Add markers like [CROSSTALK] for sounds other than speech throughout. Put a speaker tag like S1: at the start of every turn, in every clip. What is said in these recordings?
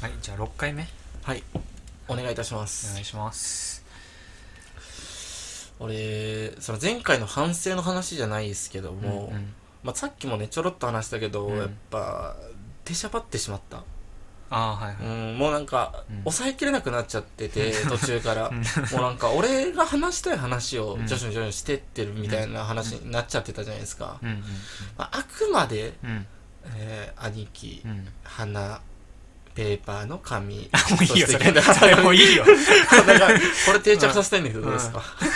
S1: はいじゃあ6回目
S2: はいお願いいたしま
S1: お願
S2: す
S1: いします
S2: 俺その前回の反省の話じゃないですけども、
S1: んん
S2: まあ、さっきもねちょろっと話したけど、
S1: うん
S2: やっぱ出しゃばってしまった、
S1: ああはいは
S2: う
S1: い
S2: ん、もうなんか、
S1: うん
S2: 抑えきれなくなっちゃってて途中から
S1: う
S2: も
S1: ん
S2: うなんか俺が話したい話を
S1: うん
S2: 徐々に徐々にしてってるみたいな話になっちゃってたじゃないですか、
S1: うん
S2: まあ、あくまで、
S1: うん
S2: えー兄貴、
S1: うんうん
S2: 花ペーパーの紙も
S1: [LAUGHS] もういいよそ
S2: [LAUGHS]
S1: れそれもういいよ
S2: だからこれ定着させたいんだけど、
S1: うん
S2: どうですか、
S1: [LAUGHS]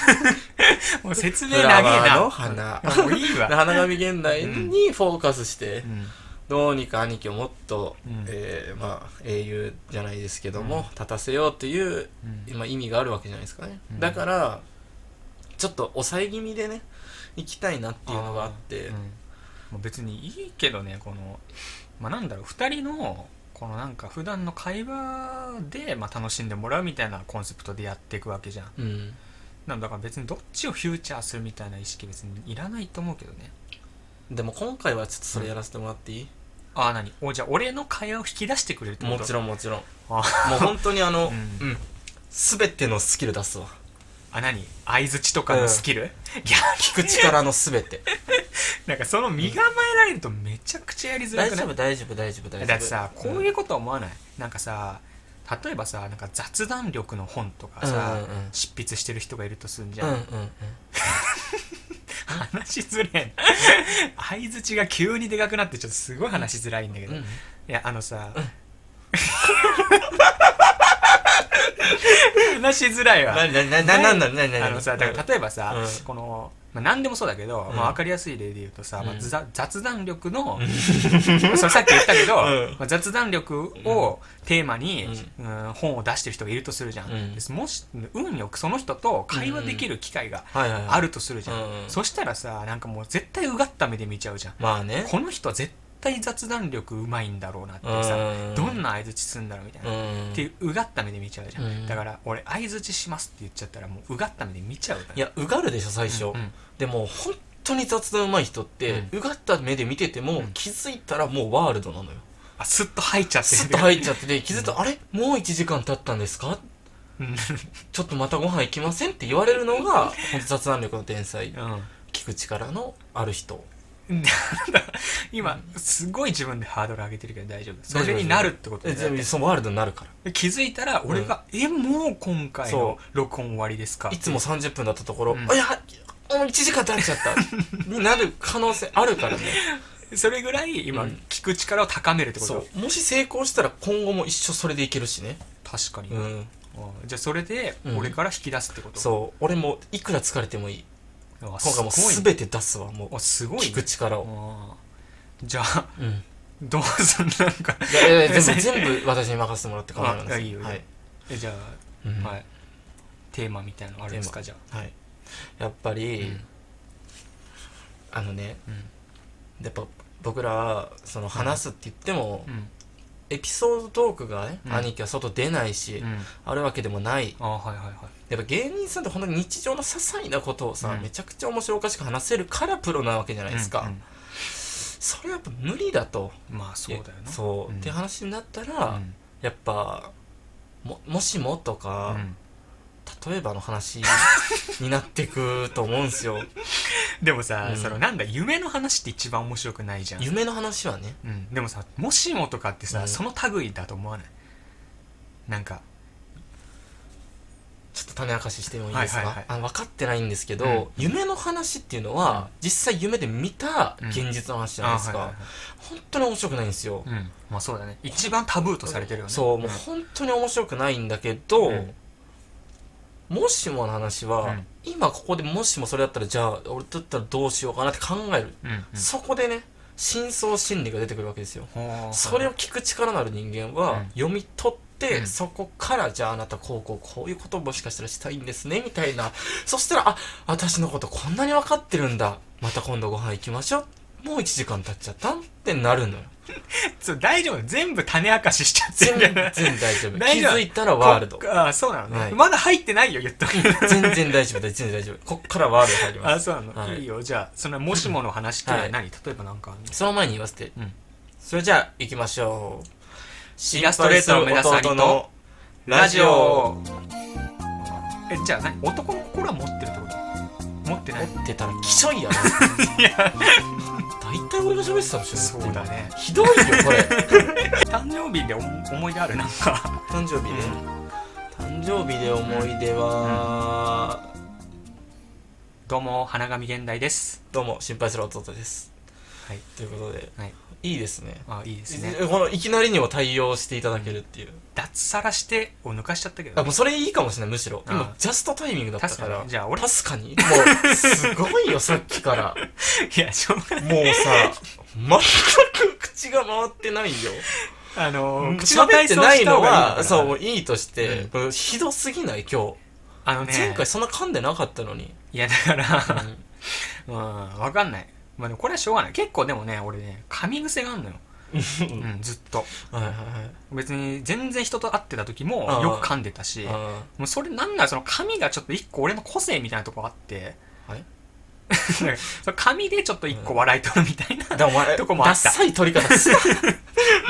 S1: もう説明
S2: フ
S1: 長
S2: ラ
S1: え
S2: ワーの
S1: な
S2: 花
S1: もういいわ
S2: [LAUGHS] 花紙現代にフォーカスして
S1: うん
S2: どうにか兄貴をもっと、
S1: うん
S2: えーまあ、英雄じゃないですけども、立たせようという、
S1: うん
S2: まあ、意味があるわけじゃないですかね、
S1: うん
S2: だからちょっと抑え気味でね行きたいなっていうのがあって
S1: うんもう別にいいけどねこのまあなんだろう2人のこのなんか普段の会話で、まあ、楽しんでもらうみたいなコンセプトでやっていくわけじゃん
S2: うん、
S1: なんだから別にどっちをフューチャーするみたいな意識別にいらないと思うけどね
S2: でも今回はちょっとそれやらせてもらっていい、
S1: ああ何おじゃあ俺の会話を引き出してくれるってこと
S2: もちろんもちろんも
S1: あ
S2: う本当にあの、
S1: う
S2: うん全てのスキル出すわ
S1: あ何相づちとかのスキル、 [LAUGHS] いや
S2: 聞く力の
S1: [LAUGHS]
S2: 全て
S1: なんかその身構えられるとめちゃくちゃやりづら
S2: 大
S1: くない
S2: 丈夫大丈夫大丈夫大丈夫
S1: だってさこういううこと思わない、なんかさ例えばさなんか雑談力の本とか
S2: う
S1: さ、
S2: んうんうん
S1: 執筆してる人がいるとすんじ
S2: ん
S1: ゃ
S2: う
S1: ん、
S2: んうんうん
S1: 話しづれん [LAUGHS] 相づちが急にでかくなってちょっとすごい話しづらいんだけど、
S2: うん
S1: いやあのさ、 [LAUGHS] 話しづらいわ
S2: なになになになになになになに
S1: あのさだから例えばさ、
S2: うん
S1: この、まあ、何でもそうだけど、
S2: うん
S1: まあ、分かりやすい例で言うとさ、まあ
S2: うん
S1: ざ雑談力の [LAUGHS] そのさっき言ったけ
S2: [LAUGHS]
S1: ど、
S2: うん
S1: まあ、雑談力をテーマに、うん本を出してる人がいるとするじゃん、
S2: うん
S1: でもし運よくその人と会話できる機会が
S2: はいはいはい
S1: あるとするじゃん、
S2: うんうん
S1: そしたらさなんかもう絶対うがった目で見ちゃうじゃん、
S2: まあね
S1: この人絶対雑談力うまいんだろうなっていうさ、
S2: うん
S1: どんな相づちすんだろうみたいな、
S2: うん
S1: っていううがった目で見ちゃうじゃん、
S2: うん
S1: だから俺相づちしますって言っちゃったらもううがった目で見ちゃうから
S2: いやうがるでしょ最初、
S1: うんうん
S2: でも本当に雑談うまい人って、うがった目で見てても、
S1: うん
S2: 気づいたらもうワールドなのよ
S1: あスッと入っちゃってる
S2: スッと入っちゃってて気づいたら、あれもう1時間経ったんですか
S1: うん
S2: ちょっとまたご飯行きませんって言われるのが本当雑談力の天才
S1: うん
S2: 聞く力のある人
S1: なんだ [LAUGHS] 今すごい自分でハードル上げてるけど大丈夫そ
S2: 大丈
S1: れ
S2: 夫
S1: になるってことだ
S2: え
S1: よ
S2: 全
S1: ね
S2: 部そのワールドになるから
S1: 気づいたら俺が「えもう今回の
S2: そ
S1: 録音終わりですか?」
S2: いつも30分だったところ、
S1: うん
S2: あいやもう1時間経っちゃったになる可能性あるからね
S1: それぐらい今
S2: うん
S1: 聞く力を高めるってこ
S2: そ
S1: と
S2: うもし成功したら今後も一生それでいけるしね
S1: 確かに
S2: うん
S1: うんじゃあそれで俺から引き出すってこと
S2: そう俺もいくら疲れてもいい
S1: 今
S2: 今回もう全て出すわもう
S1: あすごいね
S2: 聞く力を、
S1: あーじゃあ
S2: うん、
S1: どうすんなんか
S2: いやい
S1: [LAUGHS]
S2: やいや全部全部私に任せてもらって構わないで
S1: あ
S2: す
S1: いいよいいよ
S2: はい、
S1: えじゃ
S2: う
S1: あ
S2: ん
S1: はいテーマみたいなのあるんですかじゃ
S2: はい、やっぱり、
S1: うん
S2: あのね
S1: あ
S2: やっぱ僕らその話すって言っても、
S1: うん
S2: エピソードトークがね、
S1: うん
S2: 兄貴は外出ないし、
S1: うん
S2: あるわけでもない
S1: あはいはいはい
S2: やっぱ芸人さんって本当に日常の些細なことをさ、
S1: うん
S2: めちゃくちゃ面白おかしく話せるからプロなわけじゃないですか、
S1: うんうん
S2: それはやっぱ無理だと
S1: まあそうだよな
S2: そう、
S1: うん
S2: って話になったら、
S1: ん
S2: やっぱももしもとか、
S1: うん
S2: 例えばの話になってくと思うんです
S1: [LAUGHS]
S2: よ
S1: でもさ、
S2: うん
S1: そのなんだ夢の話って一番面白くないじゃん、
S2: 夢の話はね
S1: うん、でもさもしもとかってさ、
S2: うん
S1: その類だと思わないなんか
S2: ちょっと種明かししてもいいですか、
S1: はいはいはい
S2: あの分かってないんですけど、
S1: うん
S2: 夢の話っていうのは、実際夢で見た現実の話じゃないですか、
S1: あはいはい
S2: 本当に面白くないんですよ、
S1: はいうんまあそうだね一番タブーとされてるよね
S2: そうもう
S1: うん
S2: 本当に面白くないんだけど、
S1: うん
S2: もしもの話は、
S1: うん
S2: 今ここでもしもそれだったらじゃあ俺だったらどうしようかなって考える、
S1: うんうん
S2: そこでね真相心理が出てくるわけですよ
S1: ほう
S2: それを聞く力のある人間
S1: う
S2: は
S1: ん
S2: 読み取って、
S1: うん
S2: そこからじゃああなたこうこうこういうことをもしかしたらしたいんですねみたいなそしたらあ私のことこんなに分かってるんだまた今度ご飯行きましょうもう1時間経っちゃったってなるのよ
S1: そう大丈夫全部種明かししちゃって
S2: 全
S1: る
S2: 然大丈
S1: [LAUGHS]
S2: 夫
S1: 大
S2: 気
S1: 丈夫
S2: づいたらワールド
S1: こあそうなのね、
S2: はい
S1: まだ入ってないよ言っとく
S2: 全然大丈夫だ全然大丈夫こっからワールド入りま
S1: あ
S2: す
S1: そうなの、
S2: はい
S1: い、いよじゃあそのもしもの話って
S2: はい
S1: 何、例えばなんかあんの
S2: その前に言わせて
S1: うん
S2: それじゃあ行きましょうイ
S1: イラストレーターを目指す兄と
S2: ラジオ
S1: えじゃあ何男の心は持ってるってこと持ってない
S2: 持ってたらきしょいやな大体俺が喋ってたでしょ
S1: そうだね
S2: ひどいよこれ
S1: [LAUGHS] 誕生日で思思い出あるなんか [LAUGHS]
S2: 誕生日で、
S1: う
S2: 誕生日で思い出は、
S1: どうも花神現代です
S2: どうも心配する弟です
S1: はい
S2: ということで、
S1: はい
S2: いいですね
S1: あいいですね
S2: このいきなりにも対応していただけるっていう、
S1: 脱サラしてを抜かしちゃったけ
S2: あ
S1: ど
S2: もうそれいいかもしれないむしろ
S1: あ
S2: 今
S1: あ
S2: ジャストタイミングだった
S1: 確
S2: か
S1: からにじゃあ俺
S2: 確
S1: [LAUGHS]
S2: かにもうすごいよさっきから
S1: いやしょうがない
S2: もうさ全く口が回ってないよ
S1: あのー口の
S2: 喋っ
S1: 体
S2: て
S1: 操
S2: ない
S1: した
S2: の
S1: 方がいいのか
S2: は
S1: な
S2: そうもういいとして
S1: うん、
S2: もうひどすぎない今
S1: あの
S2: 日、
S1: ね
S2: 前回そんな噛んでなかったのに、
S1: いやだから
S2: うん
S1: うん、わかんない。 [LAUGHS] まあでもこれはしょうがない。結構でもね、俺ね、噛み癖があ
S2: [LAUGHS]
S1: るのよ。うん、ずっと。
S2: はいはいはい
S1: 別に全然人と会ってた時も
S2: ああ
S1: よく噛んでたし、も
S2: あ
S1: うそれなんならその髪がちょっと一個俺の個性みたいなとこあって、
S2: はい
S1: [LAUGHS] その髪でちょっと一個笑い取るみたいな。
S2: ーでもお前
S1: どこもあ
S2: ダッ
S1: った
S2: サい取り方 [LAUGHS] すな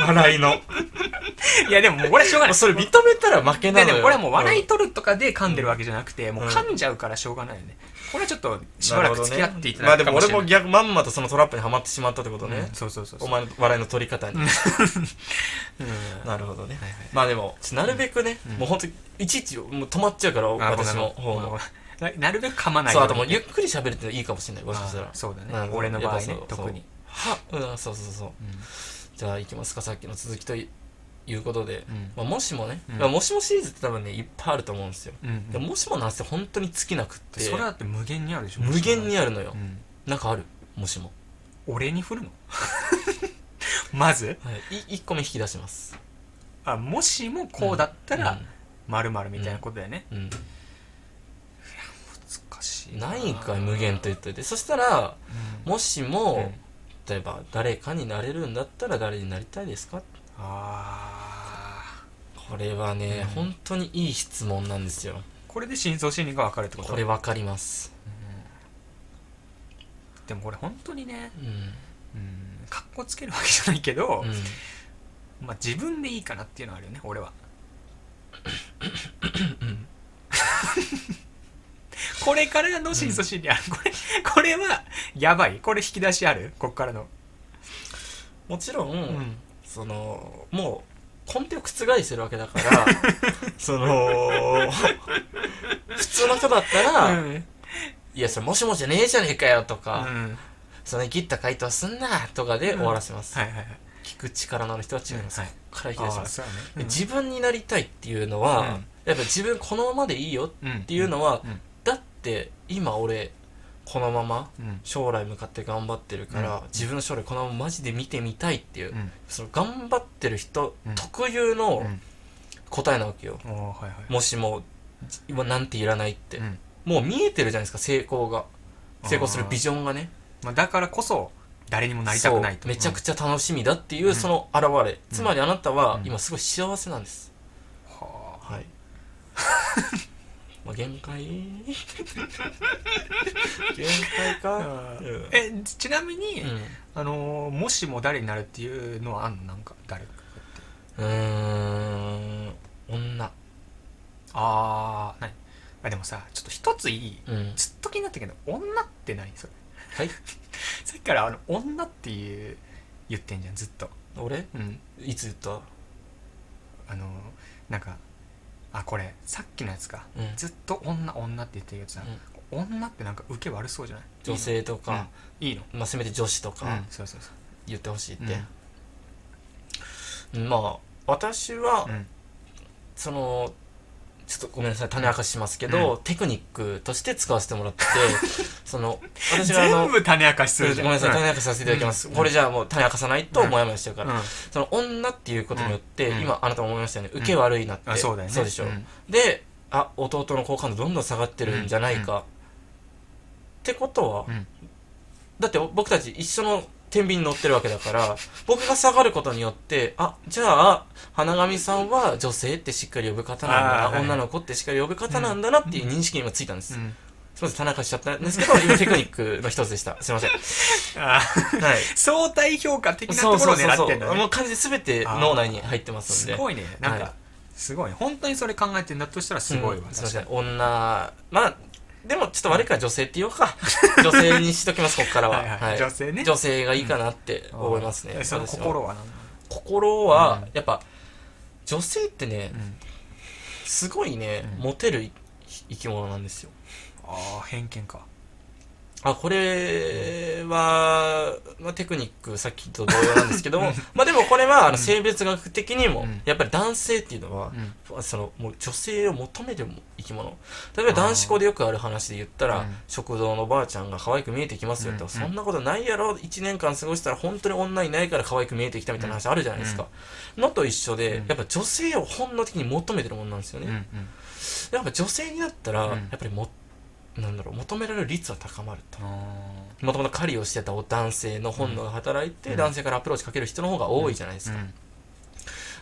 S2: 笑いのも
S1: いやでももうこれはしょうがな
S2: う
S1: い。
S2: それ認めたら負けな
S1: で
S2: の
S1: で
S2: よ
S1: もこれはもう笑
S2: う
S1: い取るとかで噛んでるわけじゃなくて、もう
S2: うん
S1: 噛んじゃうからしょうがないよね。これはちょっと
S2: ん
S1: しばら
S2: なる
S1: く
S2: ほど
S1: 付
S2: ね
S1: き合っていただくかもしれない。
S2: まあでも俺も逆まんまとそのトラップにはまってしまったってことね
S1: うん、そうそうそうそ
S2: お
S1: う。
S2: 前の笑いの取り方に
S1: うん
S2: なるほどね
S1: はいはい
S2: まあでもなるべくね
S1: うん
S2: もうほんといちいちもう止まっちゃうから
S1: あごめん
S2: 私の方
S1: ごめんごめ
S2: も
S1: んななるべく噛まない
S2: そう
S1: よう
S2: あと
S1: に
S2: もうゆっくり喋るってのいいかもしれないもしかした
S1: あ
S2: ら
S1: ーそうだ
S2: なる
S1: ね
S2: ほど
S1: 俺の場合
S2: や
S1: ね
S2: っぱそう
S1: 特に
S2: はうんそうそうそうじゃあいきますかさっきの続きといいうことで
S1: うん
S2: まあもしもね
S1: うん
S2: まあもしもシリーズって多分ねいっぱいあると思うんですよ
S1: うんうん
S2: でももしもなんて本当に尽きなくって
S1: それだって無限にあるでしょ
S2: 無限に
S1: あ
S2: あるのよ
S1: る、うん
S2: なんかあるもしも
S1: 俺に振るの [LAUGHS] まず
S2: はいい1個目引き出します
S1: あもしもこうだったら〇〇
S2: ん
S1: みたいなことだよね
S2: うん
S1: 難しい
S2: ないんかい無限と言っといてそしたら
S1: うん
S2: もし
S1: う
S2: も
S1: ん
S2: 例えば誰かになれるんだったら誰になりたいですか
S1: あー
S2: これはね、
S1: うん
S2: 本当にいい質問なんですよ
S1: これで真相心理が分かるってこと
S2: これ分かります
S1: でもこれ本当にね
S2: うん、
S1: うんかっこつけるわけじゃないけど
S2: うん、
S1: まあ自分でいいかなっていうのはあるよね俺
S2: [LAUGHS]
S1: はこれからの真相心理ある、これこれはやばいこれ引き出しあるこっからの
S2: もちろん、
S1: うん
S2: そのもう根底を覆してるわけだから
S1: [LAUGHS]
S2: その [LAUGHS] 普通の人だった
S1: う
S2: ら「
S1: ん
S2: いやそれもしもじゃねえじゃねえかよ」と
S1: うん
S2: か、
S1: はい
S2: その切った回答すんな」とかで終わらせます、
S1: はいはい
S2: 聞く力のある人は違いま
S1: う
S2: す、
S1: んはい
S2: ここから引き出し
S1: ああ
S2: ます
S1: そうだね
S2: で自分になりたいっていうのは、
S1: うん
S2: やっぱ自分このままでいいよっ
S1: 分って
S2: いうのは、
S1: うんうん
S2: だって今俺このまま
S1: うん
S2: 将来向かって頑張ってるから、
S1: うん
S2: 自分の将来このままマジで見てみたいっていう、
S1: うん
S2: その頑張ってる人
S1: うん
S2: 特有
S1: う
S2: の
S1: ん
S2: 答えなわけよ、
S1: おおはいはい
S2: もしも今なんていらないって、
S1: うん
S2: もう見えてるじゃないですか成功が成功するビジョンがね
S1: まあだからこそ誰にもなりたくない
S2: そ
S1: と
S2: うめちゃく
S1: ち
S2: ちゃ楽しみだっていううんその現れ、つまりあなたは
S1: うん
S2: 今すごい幸せなんです、
S1: ゃは
S2: はいまあ限界限界
S1: あ
S2: か、
S1: あ
S2: う
S1: ー
S2: ん
S1: えちなみに、
S2: うん
S1: あのーもしも誰になるっていうのはあんのなんか誰か
S2: うーん女
S1: あーないあでもさちょっと一ついい
S2: うん
S1: ずっと気になったけど女って何それ
S2: はい
S1: さっきからあの女っていう言ってんじゃんずっと
S2: 俺
S1: うん
S2: いつ言った
S1: あのーなんかあこれさっきのやつか
S2: うん
S1: ずっと女女って言ってるやつさ、女ってなんか受け悪そうじゃない
S2: 女性とか、
S1: いいの
S2: まあせめて女子と
S1: うん、
S2: か
S1: そうそうそう
S2: 言ってほしいって、まあ私は、
S1: うん
S2: そのちょっとごめんなさい種明かししますけど、テクニックとして使わせてもらっててその私があの
S1: 全部種明かしす
S2: ご
S1: る
S2: め
S1: じゃ
S2: ん
S1: ん
S2: なさい、種明かしさせていただきます。
S1: うん
S2: これじゃあもう種明かさないと
S1: うん
S2: モヤモヤしちゃうから、
S1: うん
S2: その女っていうことによって、
S1: うん
S2: 今あなたも思いましたよね、受け悪いなって。
S1: あそうだよね
S2: そうでしょ。
S1: ん
S2: で、あ、弟の好感度どんどん下がってるんじゃないか。ってことは、
S1: うん
S2: だって僕たち一緒の天秤に乗ってるわけだから、僕が下がることによって、あ、じゃあ、花神さんは女性ってしっかり呼ぶ方なんだ
S1: あーは
S2: な、
S1: い
S2: 女の子ってしっかり呼ぶ方なんだなっていう認識に今ついたんです。
S1: うん
S2: すいません、田中しちゃったんですけど、今テクニックの一つでした。すいませ
S1: [LAUGHS]
S2: ん。
S1: あ
S2: はい。
S1: 相対評価的なと
S2: そう
S1: ころ
S2: そう
S1: を
S2: そう
S1: 狙
S2: そ
S1: ってん
S2: う。
S1: だ
S2: も
S1: ね
S2: う完全に全て脳内に入ってますんで。
S1: すごいねなんか、
S2: はい
S1: すごい本当にそれ考えてんだとしたらすごいわ、
S2: うんすい
S1: 確
S2: ませ
S1: か
S2: ん。女、まあ、でもちょっと悪いから女性って言おうか。女性にしとき
S1: [LAUGHS]
S2: ます、ここからは。
S1: はいはい女性ね
S2: 女性がいいかなって
S1: に
S2: 思いますね。
S1: えその
S2: 私は
S1: 心は何な
S2: 心は
S1: うん、
S2: やっぱ、女性ってね、
S1: の、うん
S2: すごいね、
S1: うん
S2: モテるい生き物なんですよ。
S1: ああ偏見か
S2: あ、これは、まあ、テクニック、さっきと同様なんですけども、まあでもこれは、あの、性別学的にも、
S1: うん
S2: やっぱり男性っていうのは
S1: う、ん
S2: その、もう女性を求めてる生き物。例えば男子校でよくある話で言ったら、
S1: うん
S2: 食堂のばあちゃんが可愛く見えてきますよって、
S1: うん
S2: そんなことないやろ、1年間過ごしたら本当に女いないから可愛く見えてきたみたいな話あるじゃないですか。のと一緒で
S1: うん、
S2: やっぱ女性を本能的に求めてるもんなんですよ
S1: う
S2: ね。
S1: んうん
S2: やっぱ女性になったら、
S1: うん
S2: やっぱりも、なんだろう、求められる率は高まると。
S1: あ
S2: もともと狩りをしてた男性の本能が働いて、
S1: うん
S2: 男性からアプローチかける人の方が多いじゃないです
S1: ー
S2: か、
S1: うん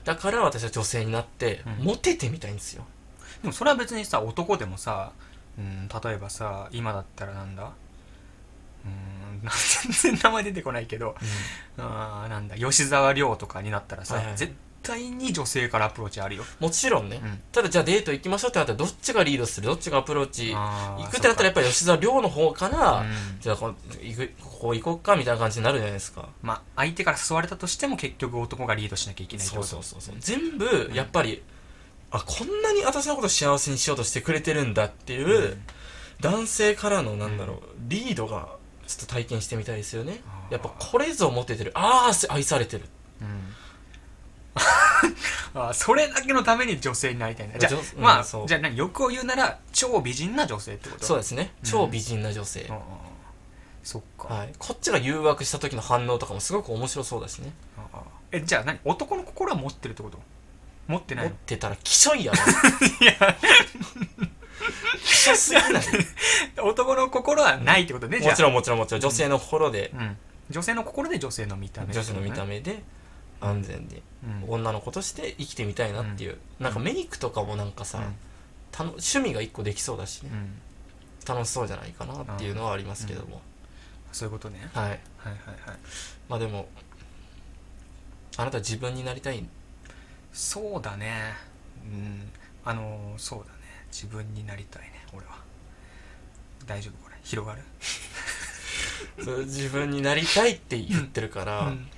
S2: だから私は女性になって、
S1: うん
S2: モテてみたいんですよ
S1: でもそれは別にさ男でもさ、うん、例えばさ今だったらなんだうん全然名前出てこないけどあーなんだ吉沢亮とかになったらさ、
S2: はいはい
S1: 絶対に女性からアプローチあるよ、
S2: もちろんね、
S1: うん
S2: ただじゃあデート行きましょうってなったらどっちがリードするどっちがアプローチ行
S1: あー
S2: くってなったらやっぱり吉沢亮の方から、
S1: うん
S2: じゃあこ行くここ行こっかみたいな感じになるじゃないですか
S1: まあ相手から誘われたとしても結局男がリードしなきゃいけないって
S2: そ
S1: こ
S2: う
S1: と
S2: そうそうそう全部やっぱり、あこんなに私のこと幸せにしようとしてくれてるんだっていう、
S1: ん [LAUGHS]
S2: 男性からのなんだろう、リードがちょっと体験してみたいですよね
S1: あー
S2: やっぱこれぞモテてるああ愛されてる
S1: うん、あーそれだけのために女性になりたいんだじゃあ、
S2: 女うん
S1: まあ
S2: そう
S1: じゃあ何欲を言うなら超美人な女性ってこと
S2: そう
S1: う
S2: ですね
S1: うん
S2: 超美人な女性、
S1: んうんうんそっか、
S2: はい、こっちが誘惑した時の反応とかもすごく面白そうだしね
S1: ああえじゃあ何男の心は持ってるってこと持ってな
S2: 持
S1: い
S2: っ
S1: の
S2: てたらき [LAUGHS] しょいやろきしょす [LAUGHS] ぎない
S1: 男の心はないってことね、じゃ
S2: も
S1: あ
S2: ちろんもちろんもちろん女性の心で、
S1: うん、女性の心で女性の見た目、
S2: 女性の見た、目で安全で、
S1: うん、
S2: 女の子として生きてみたいなっていう、なんかメイクとかもなんかさ、たの趣味が一個できそうだしね
S1: うん、うん
S2: 楽しそうじゃないかなっていうのはありますけども、
S1: そういうことね
S2: はい
S1: はいはいはい
S2: まあでもあなた自分になりたい
S1: そうだねうんあのーそうだね自分になりたいね俺は大丈夫これ広がる
S2: そう自分になりたいって言ってるから、
S1: うん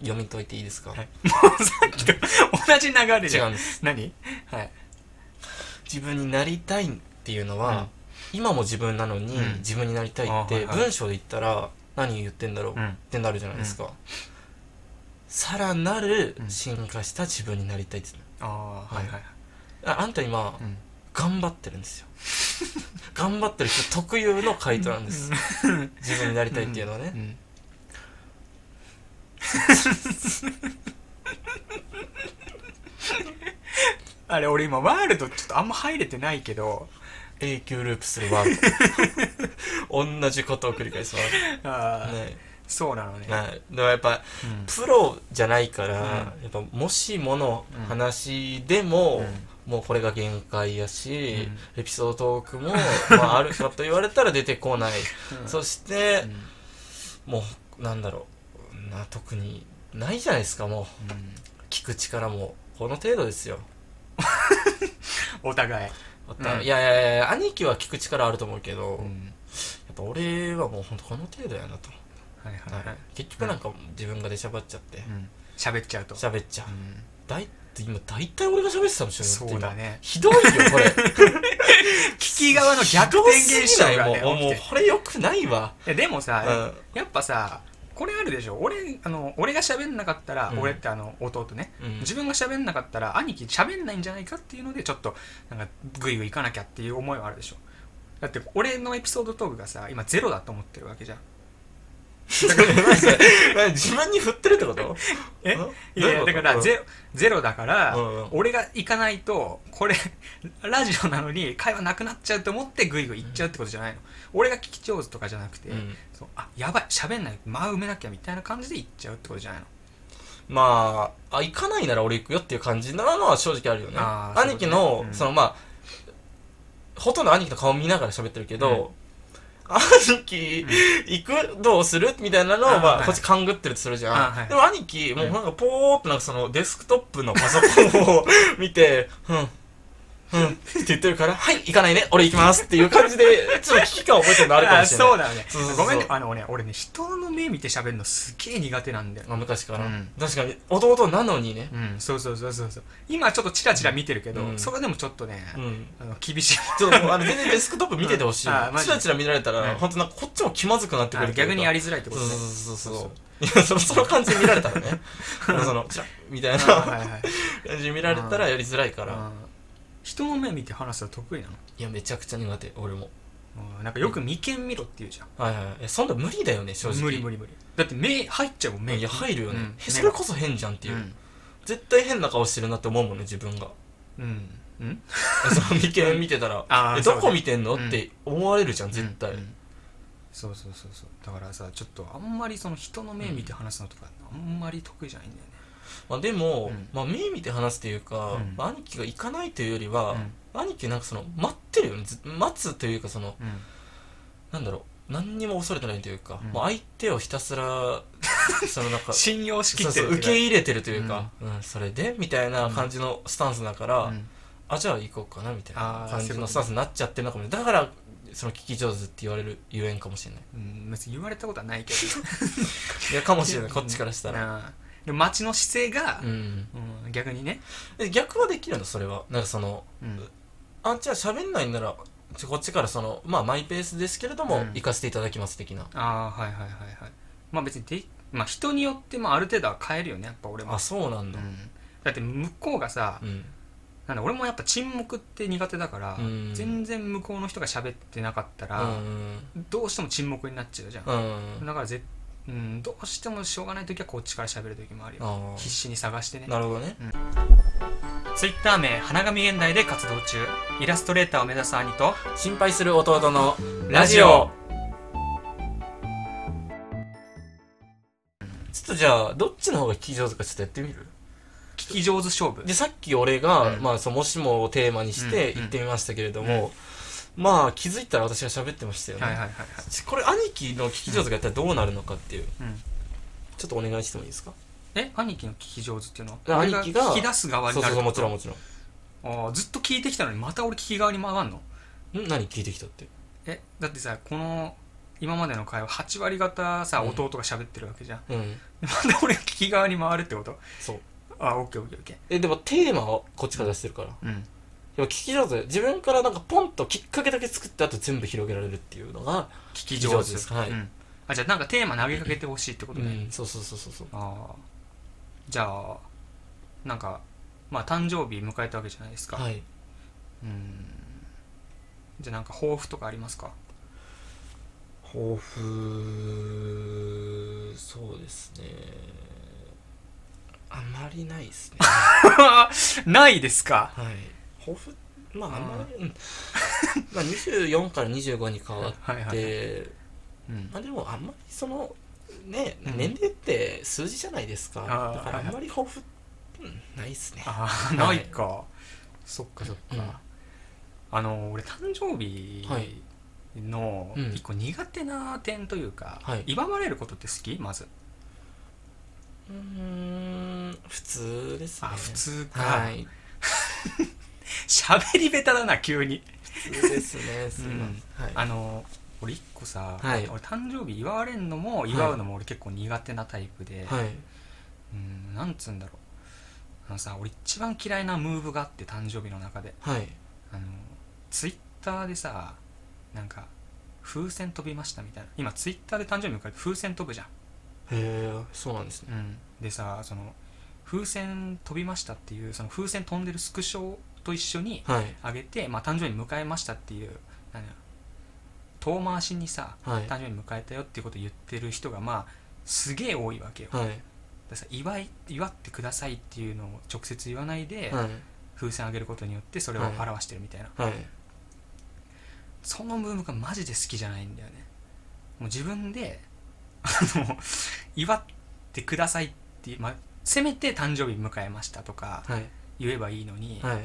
S2: 読み解いていいですか、
S1: はいさっきと [LAUGHS] 同じ流れ
S2: 違
S1: じゃ
S2: うん
S1: ん
S2: です
S1: 何はい
S2: 自分になりたいっていうの
S1: うん
S2: は、今も自分なのに、
S1: うん
S2: 自分になりたい
S1: あ
S2: っ
S1: は
S2: て
S1: いはい
S2: 文章で言ったら何言ってんだろう、
S1: うん
S2: ってなるじゃないですか、さらなる
S1: うん
S2: 進化した自分になりたいですね
S1: ああーはいはいはい
S2: ああんた今、
S1: うん
S2: 頑張ってるんですよ [LAUGHS] 頑張ってる人特有の回答なんです自分になりたいっていうのはね、
S1: ん [LAUGHS] あれ俺今ワールドちょっとあんま入れてないけど
S2: 永久ループするワー
S1: [LAUGHS]
S2: ド同じことを繰り返すワー
S1: あ
S2: ド
S1: ー
S2: ね
S1: そうなのね、
S2: はいでもやっぱ
S1: うん
S2: プロじゃないから、やっぱもしもの話でも、もうこれが限界やし、エピソードトークも、 [LAUGHS] まあ、あるかと言われたら出てこない、
S1: うん
S2: そして
S1: う、ん
S2: もうなんだろうな特にないじゃないですかもう
S1: うん
S2: 聞く力もこの程度ですよ
S1: お互い、
S2: また
S1: うん
S2: いやいやいや兄貴は聞く力あると思うけど、
S1: う
S2: や
S1: ん
S2: っぱ俺はもうほんとこの程度やなと、
S1: はいはいはい
S2: 結局なんか自分が出しゃばっちゃって
S1: うん喋、っちゃうと、
S2: 喋、っちゃう
S1: うん
S2: だい今大体俺が喋ってたもんし
S1: そうだね
S2: ひどいよこ [LAUGHS] れ
S1: 聞き側の逆転現象が
S2: ひどすぎな
S1: ね
S2: いもうも
S1: 起
S2: う
S1: きて
S2: これよくないわ、
S1: えでもさ、
S2: うん
S1: やっぱさこれあるでしょ俺あの俺が喋んなかったら、
S2: うん
S1: 俺ってあの弟ね、
S2: うん
S1: 自分が喋んなかったら兄貴喋んないんじゃないかっていうのでちょっとなんかグイグイ行かなきゃっていう思いはあるでしょだって俺のエピソードトークがさ今ゼロだと思ってるわけじゃん
S2: [LAUGHS] 何それ何自分に振ってるってこと
S1: え
S2: ん
S1: いやいや
S2: どうい
S1: だ
S2: う
S1: か
S2: こと
S1: らゼロゼロだから、
S2: うんうん
S1: 俺が行かないとこれラジオなのに会話なくなっちゃうと思ってグイグイ行っちゃうってことじゃないの、俺が聞き上手とかじゃなくて、
S2: うん
S1: そうあやばい喋んない間埋めなきゃみたいな感じで行っちゃうってことじゃないの
S2: まああ行かないなら俺行くよっていう感じなのは正直あるよね
S1: あー
S2: 兄貴
S1: そういうこと
S2: の
S1: ねうん
S2: そのまあほとんど兄貴の顔見ながら喋ってるけど、兄貴、行くどうするみたいなのを、
S1: あ
S2: ま
S1: は
S2: あ、
S1: い
S2: こっち勘ぐってるとするじゃ
S1: あ
S2: ん。
S1: はい
S2: でも兄貴、もうなんかポーっとなんかそのデスクトップのパソコンを見て、うん、うん、って言って
S1: [LAUGHS]
S2: るから、はい、行かないね、俺行きますっていう感じで、ちょっと危機感を覚えてるのあるかもしれない。
S1: そうだよね
S2: そうそうそう
S1: ごめんねあのね俺ね人の目見て喋るのすげえ苦手なんだよ
S2: まあ昔から、
S1: うん
S2: 確かに、弟なのにね。
S1: うんそうそうそうそうそう今ちょっとチラチラ見てるけど、
S2: うん
S1: それでもちょっとね、
S2: うん。
S1: あの厳しい
S2: ちょっともうあの全然デスクトップ見ててほしい。
S1: うんあマジ
S2: チラチラ見られた
S1: う
S2: ら、
S1: ん
S2: 本当なんかこっちも気まずくなってくる。
S1: 逆にや
S2: り
S1: りづらいって
S2: そう
S1: ことね
S2: そうそう
S1: そ
S2: そうう。いや、そのその感じで見られたらね。
S1: [LAUGHS]
S2: その、チラッみたいな
S1: あー
S2: 感
S1: はい
S2: [LAUGHS]
S1: はい
S2: じで見られたらやりづらいから。
S1: うん人の目見て話すの得意なの
S2: いや、めちゃくちゃ苦手、俺も。
S1: うんなんかよく眉間見ろって言うじゃん
S2: はいはい。え、そんな無理だよね、正直。
S1: 無理無理無理だって目入っちゃうもん目
S2: いや、入るよね
S1: うん。
S2: えそれこそ変じゃんっていうう。
S1: ん
S2: 絶対変な顔してるなって思うもんね、自
S1: [LAUGHS]
S2: 分が。
S1: うん、うん、、
S2: えその眉間見てたら
S1: あー
S2: え、
S1: そう
S2: ど
S1: ね
S2: こ見てんの
S1: うん
S2: って思われるじゃん、絶対
S1: うん。うんそうそうそうそうだからさちょっとあんまりその人の目見て話すのとかあんまり得意じゃないんだよね
S2: まあ、でも、
S1: うん
S2: まあ、目見て話すというか、
S1: うん
S2: まあ兄貴が行かないというよりは、
S1: うん
S2: 兄貴なんかその待ってるよねず待つというかその
S1: うん
S2: なんだろう何にも恐れてないというか、
S1: うん
S2: もう相手をひたす [LAUGHS] らそのなんか
S1: 信用しき
S2: そう
S1: って
S2: そう
S1: る
S2: 受け
S1: 入
S2: 入れてるというか、うんそれでみたいな感じのスタンスだから、あじゃあ行こうかなみたいな
S1: あー
S2: 感じ
S1: そういうこ
S2: の
S1: と
S2: スタンスになっちゃってるのかもねだからその聞き上手って言われるゆえんかもしれない
S1: うん、別に言われたことはない
S2: [LAUGHS]
S1: け
S2: いやかもしれ
S1: ど
S2: ないこっちからしたら、
S1: らでも街の姿勢が
S2: う、ん、
S1: うん逆にね、
S2: で逆はできるのそれはなんかその
S1: うん
S2: あじゃあ喋んないんならちょこっちからそのまあマイペースですけれども、
S1: うん
S2: 行かせていただきます的な
S1: ああはいはいはいはいまあ別にで、まあ、人によってまあある程度は変えるよねやっぱ俺も
S2: あそうなん
S1: う
S2: だ
S1: んだって向こうがさ、
S2: うん、
S1: なんだ俺もやっぱ沈黙って苦手だから、
S2: うん
S1: 全然向こうの人が喋ってなかった
S2: うん
S1: ら、どうしても沈黙になっちゃうじゃん、
S2: うん
S1: だからぜ、うん、どうしてもしょうがない時はこっちから喋る時もあるよ、
S2: あ
S1: 必死に探してね
S2: あなるほどね
S1: ツイッター名花神現代で活動中イラストレーターを目指す兄と
S2: 心配する弟のラ
S1: ラ
S2: ジ
S1: ジ
S2: オ
S1: オ
S2: ちょっとじゃあどっちの方が聞き上手かちょっとやってみる
S1: 聞き上手勝負
S2: でさっき俺が、
S1: うん
S2: まあ、そのもしもをテーマにして
S1: うん
S2: 行ってみましたけれども、まあ気づいたら私が喋ってましたよね、
S1: はいはいはいはい、
S2: これ兄貴の聞き上手がやったらどうなるのかっていう、
S1: うん、
S2: ちょっとお願いしてもいいですか
S1: え兄貴の聞き上手っていうの
S2: あ
S1: は俺
S2: 兄貴が
S1: 聞き出す側
S2: そ
S1: に
S2: う
S1: なる
S2: そうそうもちろん
S1: ん
S2: もちろん
S1: あーずっと聞いてきたのにまた俺聞き側に回んの
S2: ん何聞いてきたって
S1: えだってさこの今までの会話8割方さ
S2: うん
S1: 弟が喋ってるわけじゃん、
S2: うん
S1: また俺が聞き側に回るってこと
S2: そう
S1: あオッケーオッケーオッケ
S2: えでもテーマはこっちから出してるからやっ
S1: ーうん
S2: ぱ聞き上手自分からなんかポンときっかけだけ作ってあと全部広げられるっていうのが、
S1: 聞き上
S2: 聞き上手
S1: 手
S2: ですはい
S1: うん、あじゃあなんかテーマ投げかけてほしいってことね、
S2: うんそうそうそうそうそう
S1: ああじゃあなんかまあ誕生日迎えたわけじゃないですか、
S2: はい
S1: うんじゃあなんか抱負とかありますか [LAUGHS]
S2: 抱負そうですねあまりないですね
S1: ないですか
S2: はい抱負まああんまり、うんまあ24から25に変わって、
S1: はいはいはい、うん
S2: まあでもあんまりそのね
S1: うん
S2: 年齢って数字じゃないですか、
S1: あー
S2: だからあんまり抱負、うんないですね
S1: ああ
S2: は
S1: ないいか、そっかそっか、
S2: うん
S1: あの俺誕生日
S2: はい
S1: の
S2: うん
S1: 一個苦手な点というか、
S2: はい
S1: 祝われることって好きまず
S2: うーん普通ですね
S1: あ普通か、
S2: はい
S1: 喋り下手だな急に
S2: 普通です
S1: [LAUGHS]
S2: ねすいません、はい
S1: あの俺一個さ、
S2: はい
S1: 俺誕生日祝われんのも祝うのも俺結構苦手なタイプで、
S2: はい
S1: うんなんつうんだろうあのさ俺一番嫌いなムーブがあって誕生日の中で
S2: はい
S1: あのツイッターでさなんか風船飛びましたみたいな今ツイッターで誕生日迎えて風船飛ぶじゃん、
S2: へえそうなんですね
S1: でさその風船飛びましたっていうその風船飛んでるスクショと一緒に
S2: はい
S1: あげて、まあ、誕生日迎えましたっていうなんだ遠回しにさ
S2: はい
S1: 誕生日迎えたよっていうことを言ってる人がまあすげえ多いわけよだか
S2: はい
S1: らさ祝い祝ってくださいっていうのを直接言わないで、
S2: はい
S1: 風船あげることによってそれを表してるみたいな、
S2: はい
S1: そのムーブがマジで好きじゃないんだよねもう自分であの祝ってくださいって、まあ、せめて誕生日迎えましたとか
S2: はい
S1: 言えばいいのに、
S2: はい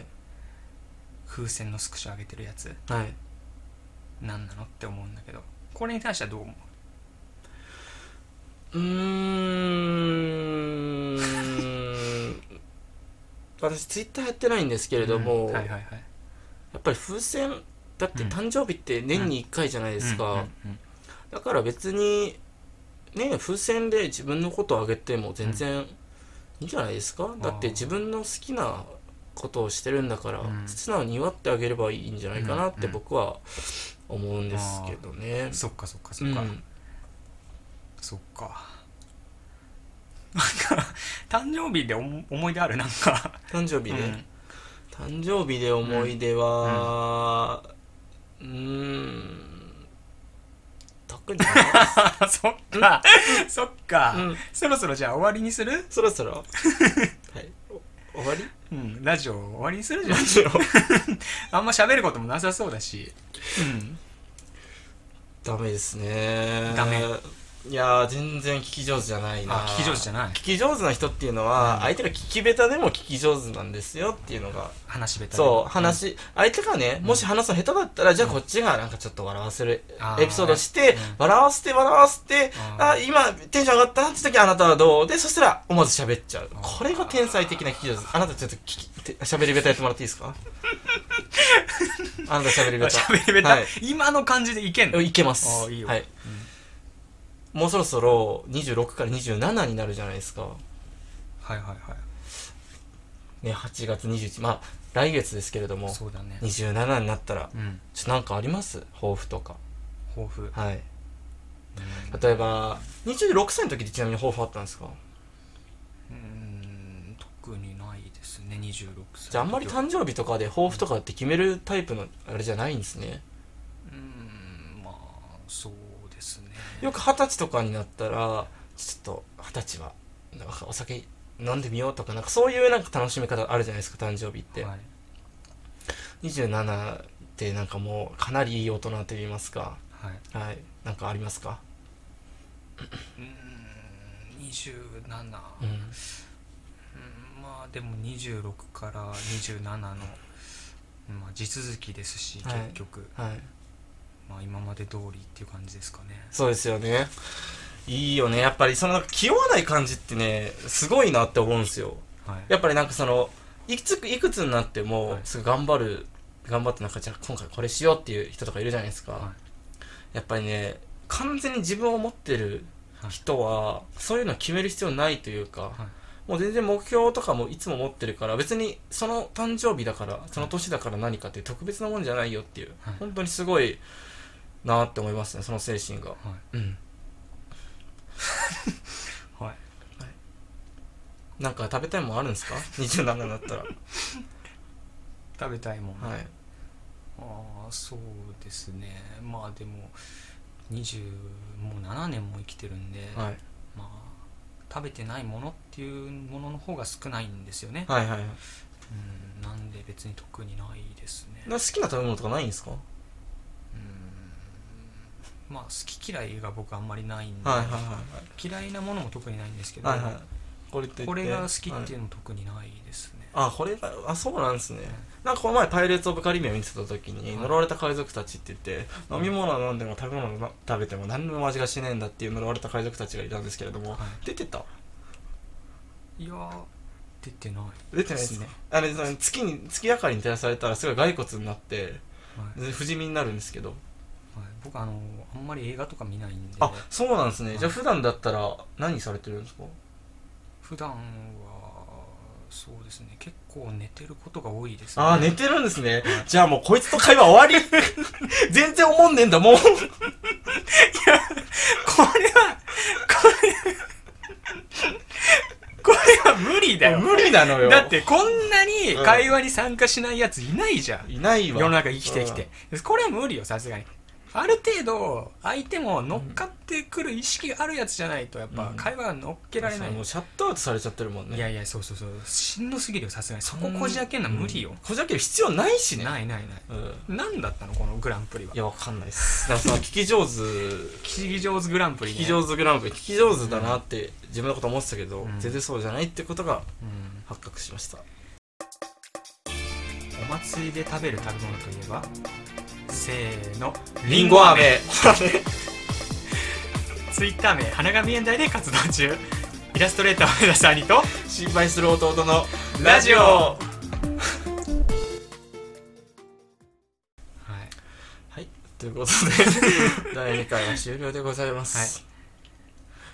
S1: 風船のスクショ上げてるやつ
S2: はい
S1: 何なのって思うんだけどこれに対してはどう思う
S2: うーん [LAUGHS] 私ツイッターやってないんですけ
S1: け
S2: れども、
S1: はいはい
S2: や
S1: はい
S2: っぱり風船だって
S1: うん
S2: 誕生日って年に1回じゃないですか、
S1: うんうん
S2: だから別にね風船で自分のことをあげても全然いいんじゃないですか、
S1: ー
S2: だって自分の好きなことをしてるんだから、
S1: うん
S2: 素直に祝ってあげればいいんじゃないかなって
S1: うん
S2: 僕は思うんですけどね
S1: うん、そっかそっか
S2: う
S1: そっ
S2: ん
S1: か、そっかなんか誕生日で思思い出あるなんか
S2: 誕生日で、誕生日で思い出はうーん特にない
S1: あ [LAUGHS] そっかそっか、 [LAUGHS]
S2: うん
S1: そろそろじゃあ終わりにする、
S2: そろそろはいお終わり
S1: うん、ラジオ終わりにするじゃん
S2: ラジ
S1: [LAUGHS]
S2: オ
S1: あんま喋ることもなさそうだし、
S2: ダメですね
S1: ダメ
S2: いやー全然聞き上手じゃないな
S1: あ聞き上手じゃない
S2: 聞き上手な人っていうのは、
S1: うん
S2: 相手が聞き下手でも聞き上手なんですよっていうのが
S1: 話べたり
S2: そう話、相手がねもし話すの下手だったら、じゃあこっちがなんかちょっと笑わせる
S1: あー
S2: エピソードして、
S1: うん
S2: 笑わせて笑わせて
S1: あー
S2: あ今テンション上がったって時あなたはどうでそしたら思わず喋っちゃう
S1: あー
S2: これが天才的な聞き上手あなたちょっと聞きて喋り下手やってもらっていいで
S1: [LAUGHS]
S2: すかあなた喋り下手
S1: 喋りべた、
S2: はい
S1: 今の感じでいけんの
S2: いけます
S1: あーいいよ
S2: はいもうそろそろ26から27になるじゃないですか
S1: はいはいはい
S2: ね8月21まあ来月ですけれども
S1: そうだね
S2: 27になったら
S1: うん
S2: ちょなんかあります抱負とか
S1: 抱負、
S2: はい
S1: うん
S2: 例えば26歳の時ってちなみに抱負あったんですか
S1: うーん特にないですね26歳
S2: じゃああんまり誕生日とかで抱負とかって決めるタイプのあれじゃないんですね
S1: うーんまあそうですね
S2: よく二十歳とかになったらちょっと二十歳はなんかお酒飲んでみようとかなんかそういうなんか楽しみ方あるじゃないですか誕生日って、
S1: はい
S2: 27ってなんかもうかなりいい大人と言いますか
S1: はい、
S2: はいなんかありますか
S1: うーん27、うん、
S2: うん
S1: まあでも26から27の、まあ、地続きですし
S2: はい
S1: 結局、
S2: はい
S1: まあ今まで通りっていう感じですかね
S2: そうですよねいいよねやっぱりそのなんか気負わない感じってねすごいなって思うんですよ
S1: はい
S2: やっぱりなんかそのいくついくつになっても
S1: はい
S2: すごい頑張る頑張ってなんかじゃあ今回これしようっていう人とかいるじゃないですか、
S1: は
S2: やっぱりね完全に自分を持ってる
S1: はい
S2: 人はそういうの決める必要ないというか、
S1: は
S2: もう全然目標とかもいつも持ってるから別にその誕生日だからその年だから何かっていう特別なもんじゃないよっていう、
S1: はい
S2: 本当にすごいなって思いますねその精神が
S1: は
S2: うん
S1: い、はい、
S2: なんか食べたいもんあるんですか27になっ
S1: [LAUGHS]
S2: たら
S1: 食べたいもん、
S2: はい
S1: ああそうですねまあでも20もう7年も生きてるんで、
S2: はい
S1: まあ食べてないものっていうものの方が少ないんですよね、
S2: はいはい
S1: うんなんで別に特にないですね
S2: な好きな食べ物とかないんですか
S1: うんまあ好き嫌いが僕あんまりないんで、
S2: はいはいはい
S1: 嫌いなものも特にないんですけど、
S2: はいはいこれって言って
S1: これが好きってい
S2: はいう
S1: のも特にないですね、
S2: あこれがあそうなんですねなんかこの前「パイレーツ・オブ・カリビアン」見てた時に
S1: はい
S2: 呪われた海賊たちって言って飲み物飲んでも食べ物な食べても何でも味がしねえんだっていう呪われた海賊たちがいたんですけれども
S1: は
S2: 出てた
S1: い、いやー出てない
S2: 出てないですねあれその月に月明かりに照らされたらすごい骸骨になって
S1: はい
S2: 不死身になるんですけど
S1: はい、僕あのあんまり映画とか見ないんで
S2: あそうなんですねじ
S1: はい
S2: ゃあ普段だったら何されてるんですか
S1: 普段はそうですね結構寝てることが多いですね
S2: ああ寝てるんですねじゃあもうこいつと会話終
S1: [LAUGHS]
S2: わり全然思んねえんだもう
S1: これはこれこれは無理だよ
S2: 無理なのよ
S1: だってこんなに会話に参加しないやついないじゃん、
S2: いないわ
S1: 世の中生きてきて、これは無理よさすがにある程度相手も乗っかってくる意識があるやつじゃないとやっぱ
S2: うん
S1: 会話が乗っけられない、
S2: そうもうシャットアウトされちゃってるもんね
S1: いやいやそうそうそうしんどすぎるよさすがにそここじ開けんのは無理よ
S2: うん、こじ開ける必要ないしね
S1: ないないない
S2: うん、い
S1: 何だったのこのグランプリは
S2: やわかんないっすだからその聞き上手
S1: 吉木上手グランプリ、
S2: 聞
S1: ね、
S2: き上手グランプリ聞き上手だなって自分のこと思ってたけど、
S1: うん
S2: 全然そうじゃないってことが
S1: うん
S2: 発覚しました
S1: お祭りで食べる食べ物といえばせーの
S2: りんご飴
S1: ツイッター名花神現代で活動中イラストレーターを目指す兄と
S2: 心配する弟のラ
S1: ラ
S2: ジ
S1: ジ
S2: オ
S1: オ
S2: は
S1: はい
S2: いということ [LAUGHS] で第2回は終了でございます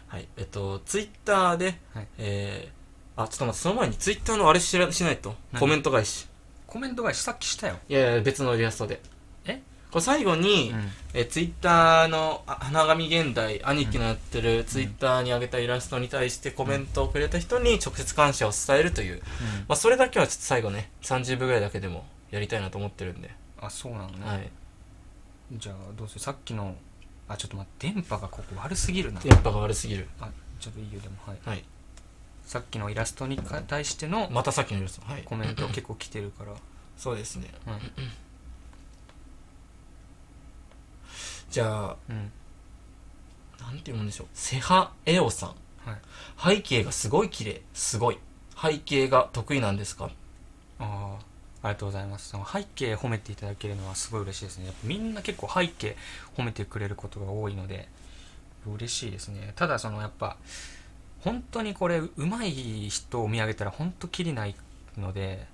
S2: はい、えっとツイッターで、
S1: はい
S2: えー、あちょっと待ってその前にツイッターのあれしらしないと
S1: 何
S2: コメント返し
S1: コメント返しさっきしたよ
S2: いやいや別のイラストで
S1: え
S2: これ最後に、
S1: うん
S2: えー、ツイッターのあ花紙現代兄貴のやってるツイッターに上げたイラストに対してコメントをくれた人に直接感謝を伝えるという、まあ、それだけはちょっと最後ね30分ぐらいだけでもやりたいなと思ってるんで、
S1: あそうなのね、
S2: はい、
S1: じゃあどうするさっきのあちょっと待って電波がここ悪すぎるな
S2: 電波が悪すぎる
S1: あちょっといいよでもはい
S2: はい
S1: さっきのイラストにか対しての
S2: またさっきのイラストはい
S1: コメント結構来てるから、
S2: そうですね
S1: はい
S2: じゃあ
S1: うん、
S2: なんて読むんでしょうセハエオさん
S1: はい
S2: 背景がすごい綺麗すごい背景が得意なんですか
S1: ああありがとうございますその背景褒めていただけるのはすごい嬉しいですねやっぱみんな結構背景褒めてくれることが多いので嬉しいですねただそのやっぱ本当にこれうまい人を見上げたら本当きりないので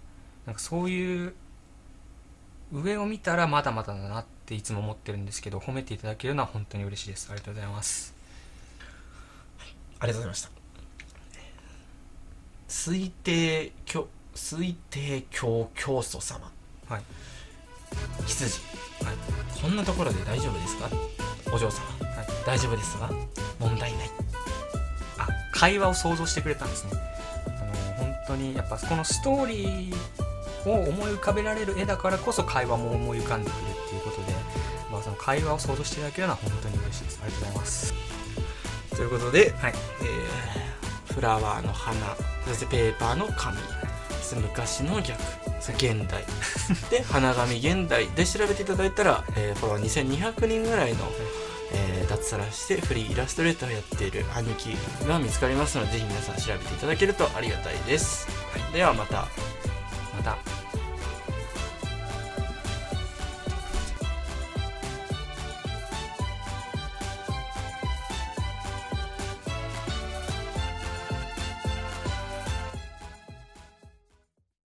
S1: なんかそういう上を見たらまだまだだなっていつも思ってるんですけど褒めていただけるのは本当に嬉しいですありがとうございます
S2: ありがとうございました推定教推定教教祖様
S1: はい
S2: 羊、
S1: はい
S2: こんなところで大丈夫ですかお嬢様
S1: はい
S2: 大丈夫ですが問題ない
S1: あ会話を想像してくれたんですねあの本当にやっぱこのストーリーを思い浮かべられる絵だからこそ会話も思い浮かんでくるっていうことで、まあ、その会話を想像していただけるのは本当に嬉しいですありがとうございます
S2: ということで、
S1: はい
S2: えーフラワーの花そしてペーパーの紙そして昔の逆そして現代で花紙現代で調べていただいたら、えーフォロワー2200人ぐらいの、えー脱サラしてフリーイラストレーターをやっている兄貴が見つかりますのでぜひ皆さん調べていただけるとありがたいです、はい、ではまた
S1: また